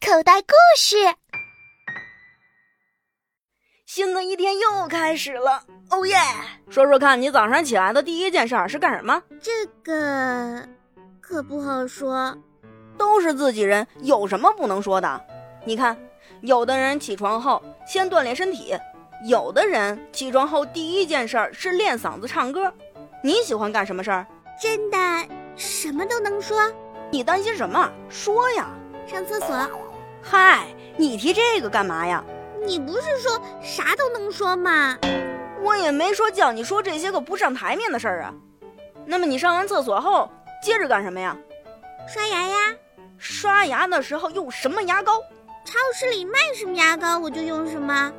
口袋故事。新的一天又开始了，Oh 哦耶！说说看你早上起来的第一件事儿是干什么？这个可不好说。都是自己人，有什么不能说的？你看，有的人起床后先锻炼身体，有的人起床后第一件事儿是练嗓子唱歌。你喜欢干什么事儿？真的什么都能说。你担心什么？说呀！上厕所，嗨，你提这个干嘛呀？你不是说啥都能说吗？我也没说叫你说这些个不上台面的事儿啊。那么你上完厕所后，接着干什么呀？刷牙呀。刷牙的时候用什么牙膏？超市里卖什么牙膏我就用什么。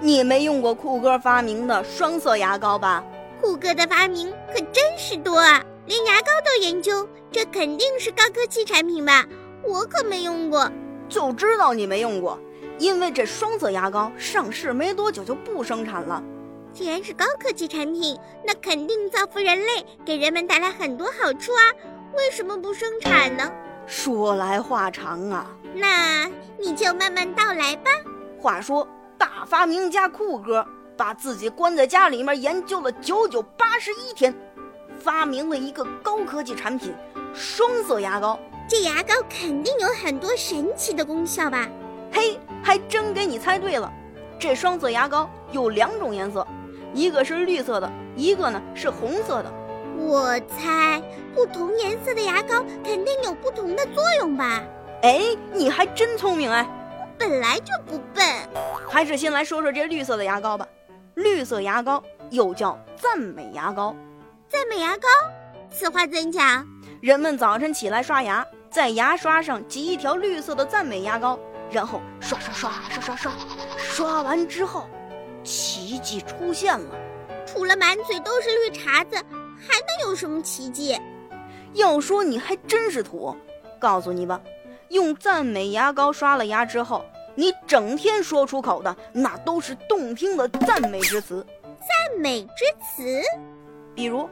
你没用过酷哥发明的双色牙膏吧？酷哥的发明可真是多啊，连牙膏都研究，这肯定是高科技产品吧？我可没用过。就知道你没用过，因为这双色牙膏上市没多久就不生产了。既然是高科技产品，那肯定造福人类，给人们带来很多好处啊，为什么不生产呢？说来话长啊。那你就慢慢道来吧。话说，大发明家酷哥把自己关在家里面研究了九九八十一天，发明了一个高科技产品——双色牙膏。这牙膏肯定有很多神奇的功效吧？嘿，还真给你猜对了。这双色牙膏有两种颜色，一个是绿色的，一个呢是红色的。我猜不同颜色的牙膏肯定有不同的作用吧？哎，你还真聪明哎！本来就不笨。还是先来说说这绿色的牙膏吧。绿色牙膏又叫赞美牙膏。赞美牙膏，此话怎讲？人们早晨起来刷牙，在牙刷上挤一条绿色的赞美牙膏，然后刷刷刷刷刷刷，刷完之后，奇迹出现了。除了满嘴都是绿碴子，还能有什么奇迹？要说你还真是土。告诉你吧，用赞美牙膏刷了牙之后，你整天说出口的那都是动听的赞美之词，赞美之词，比如，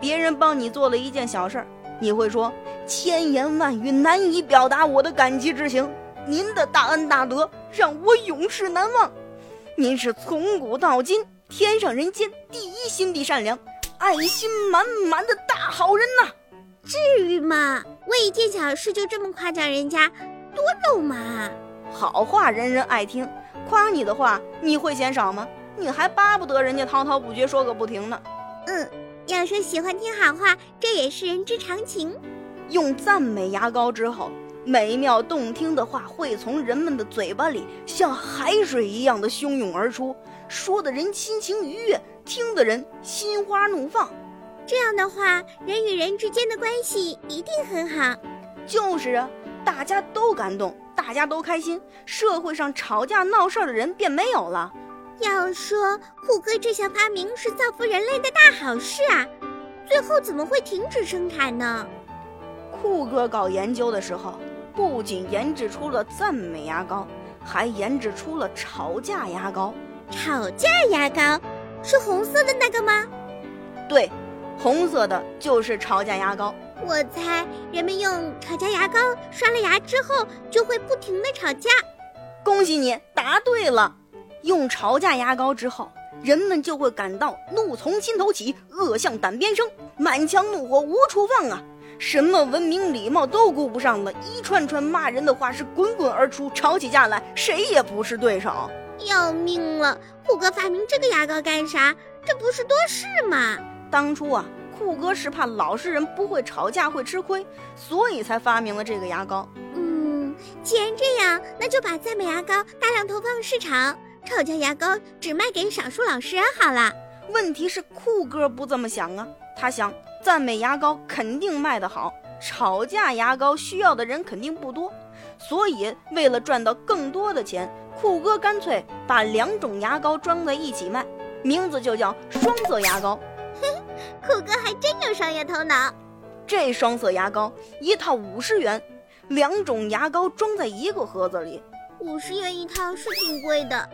别人帮你做了一件小事儿，你会说千言万语难以表达我的感激之情，您的大恩大德让我永世难忘，您是从古到今天上人间第一心地善良、爱心满满的大好人呐、至于吗？为一件小事就这么夸奖人家，多肉麻啊！好话人人爱听，夸你的话你会嫌少吗？你还巴不得人家滔滔不绝说个不停呢。嗯，要说喜欢听好话，这也是人之常情。用赞美牙膏之后，美妙动听的话会从人们的嘴巴里像海水一样的汹涌而出，说的人心情愉悦，听的人心花怒放。这样的话，人与人之间的关系一定很好。就是啊，大家都感动，大家都开心，社会上吵架闹事儿的人便没有了。要说酷哥这项发明是造福人类的大好事啊，最后怎么会停止生产呢？酷哥搞研究的时候，不仅研制出了赞美牙膏，还研制出了吵架牙膏。吵架牙膏是红色的那个吗？对，红色的就是吵架牙膏。我猜人们用吵架牙膏刷了牙之后，就会不停的吵架。恭喜你答对了！用吵架牙膏之后，人们就会感到怒从心头起，恶向胆边生，满腔怒火无处放啊！什么文明礼貌都顾不上了，一串串骂人的话是滚滚而出，吵起架来谁也不是对手。要命了！酷哥发明这个牙膏干啥？这不是多事吗？当初啊，酷哥是怕老实人不会吵架会吃亏，所以才发明了这个牙膏。嗯，既然这样，那就把赞美牙膏大量投放市场，吵架牙膏只卖给少数老实人好了。问题是酷哥不这么想啊，他想赞美牙膏肯定卖得好，吵架牙膏需要的人肯定不多，所以为了赚到更多的钱，酷哥干脆把两种牙膏装在一起卖，名字就叫双色牙膏。酷哥还真有商业头脑。这双色牙膏一套五十元，两种牙膏装在一个盒子里。五十元一套是挺贵的，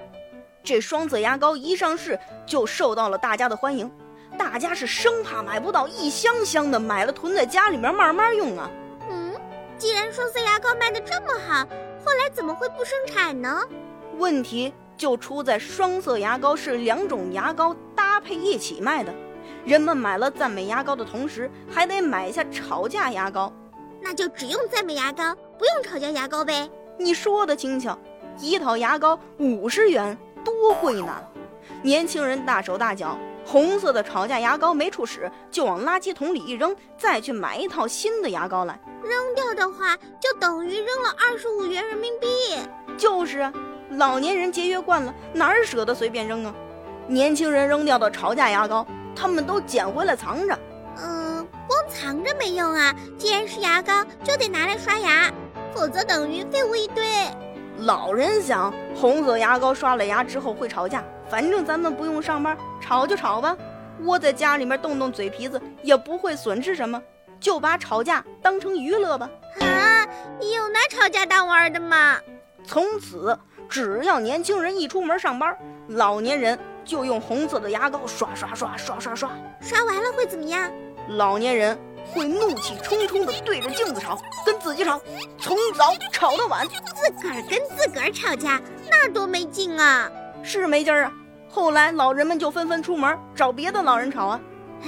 这双色牙膏一上市就受到了大家的欢迎，大家是生怕买不到，一箱箱的买了囤在家里面慢慢用啊。嗯，既然双色牙膏卖的这么好，后来怎么会不生产呢？问题就出在双色牙膏是两种牙膏搭配一起卖的，人们买了赞美牙膏的同时，还得买下吵架牙膏。那就只用赞美牙膏，不用吵架牙膏呗。你说的轻巧，一套牙膏五十元，多贵呢！年轻人大手大脚，红色的吵架牙膏没处使，就往垃圾桶里一扔，再去买一套新的牙膏来。扔掉的话，就等于扔了二十五元人民币。就是啊，老年人节约惯了，哪儿舍得随便扔啊？年轻人扔掉的吵架牙膏，他们都捡回来藏着。嗯、光藏着没用啊，既然是牙膏，就得拿来刷牙，否则等于废物一堆。老人想，红色牙膏刷了牙之后会吵架，反正咱们不用上班，吵就吵吧，窝在家里面动动嘴皮子也不会损失什么，就把吵架当成娱乐吧。啊，有拿吵架当玩儿的吗？从此，只要年轻人一出门上班，老年人就用红色的牙膏刷刷刷刷刷刷，刷完了会怎么样？老年人会怒气冲冲地对着镜子吵，跟自己吵，从早吵到晚。自个儿跟自个儿吵架，那多没劲啊！是没劲儿啊。后来老人们就纷纷出门找别的老人吵啊。哎，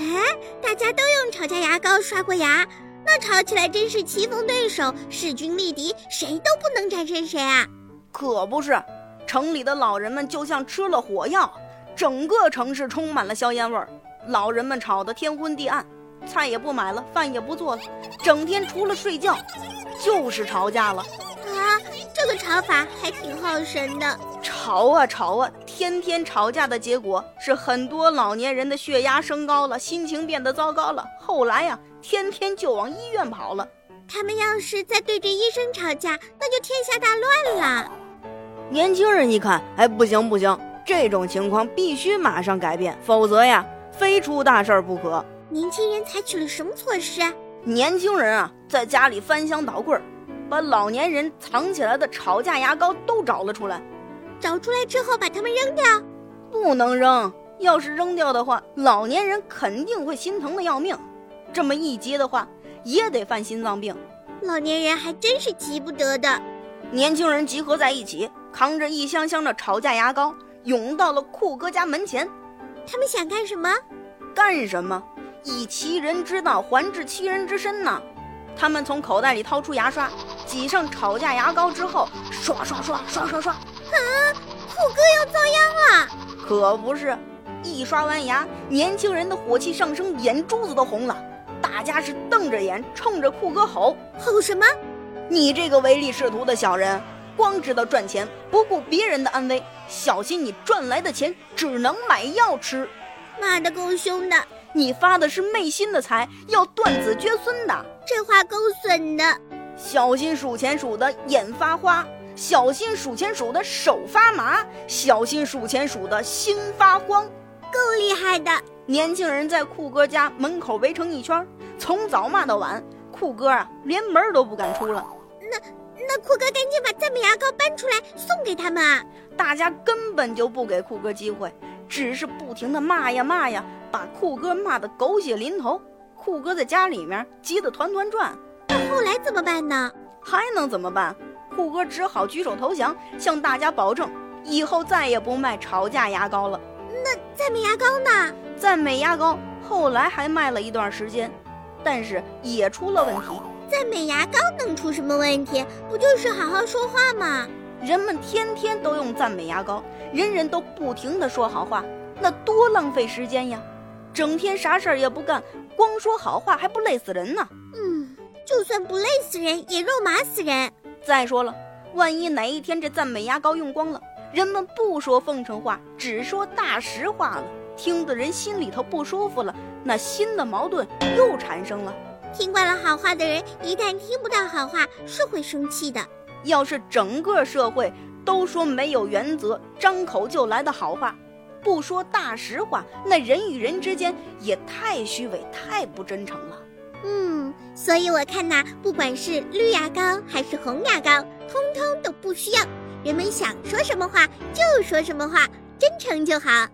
大家都用吵架牙膏刷过牙，那吵起来真是棋逢对手，势均力敌，谁都不能战胜谁啊！可不是，城里的老人们就像吃了火药，整个城市充满了硝烟味儿。老人们吵得天昏地暗，菜也不买了，饭也不做了，整天除了睡觉就是吵架了。啊，这个吵法还挺耗神的。吵啊吵啊，天天吵架的结果是很多老年人的血压升高了，心情变得糟糕了。后来呀、天天就往医院跑了。他们要是再对着医生吵架，那就天下大乱了。年轻人一看，哎，不行不行，这种情况必须马上改变，否则呀，非出大事儿不可。年轻人采取了什么措施啊？年轻人啊，在家里翻箱倒柜儿，把老年人藏起来的吵架牙膏都找了出来。找出来之后把它们扔掉。不能扔，要是扔掉的话，老年人肯定会心疼的要命。这么一接的话，也得犯心脏病。老年人还真是急不得的。年轻人集合在一起，扛着一箱箱的吵架牙膏，涌到了库哥家门前。他们想干什么？干什么？以其人之道还治其人之身呐！他们从口袋里掏出牙刷，挤上吵架牙膏之后，刷刷刷刷刷刷，酷哥要遭殃了！可不是，一刷完牙，年轻人的火气上升，眼珠子都红了。大家是瞪着眼，冲着酷哥吼吼什么？：“你这个唯利是图的小人，光知道赚钱，不顾别人的安危，小心你赚来的钱只能买药吃。骂得够凶的，你发的是昧心的财，要断子绝孙的。”这话够损的。小心数钱数的眼发花，小心数钱数的手发麻，小心数钱数的心发慌。够厉害的！年轻人在酷哥家门口围成一圈儿，从早骂到晚，酷哥啊连门儿都不敢出了。那酷哥赶紧把赞美牙膏搬出来送给他们啊！大家根本就不给酷哥机会，只是不停的骂呀骂呀，把酷哥骂得狗血淋头。酷哥在家里面急得团团转，后来怎么办呢？还能怎么办？酷哥只好举手投降，向大家保证以后再也不卖吵架牙膏了。赞美牙膏呢？赞美牙膏后来还卖了一段时间，但是也出了问题。赞美牙膏能出什么问题？不就是好好说话吗？人们天天都用赞美牙膏，人人都不停地说好话，那多浪费时间呀！整天啥事儿也不干，光说好话还不累死人呢。嗯，就算不累死人，也肉麻死人。再说了，万一哪一天这赞美牙膏用光了，人们不说奉承话，只说大实话了，听得人心里头不舒服了，那新的矛盾又产生了。听惯了好话的人，一旦听不到好话，是会生气的。要是整个社会都说没有原则、张口就来的好话，不说大实话，那人与人之间也太虚伪、太不真诚了。嗯，所以我看呐、不管是绿牙膏还是红牙膏，通通都不需要。人们想说什么话就说什么话，真诚就好。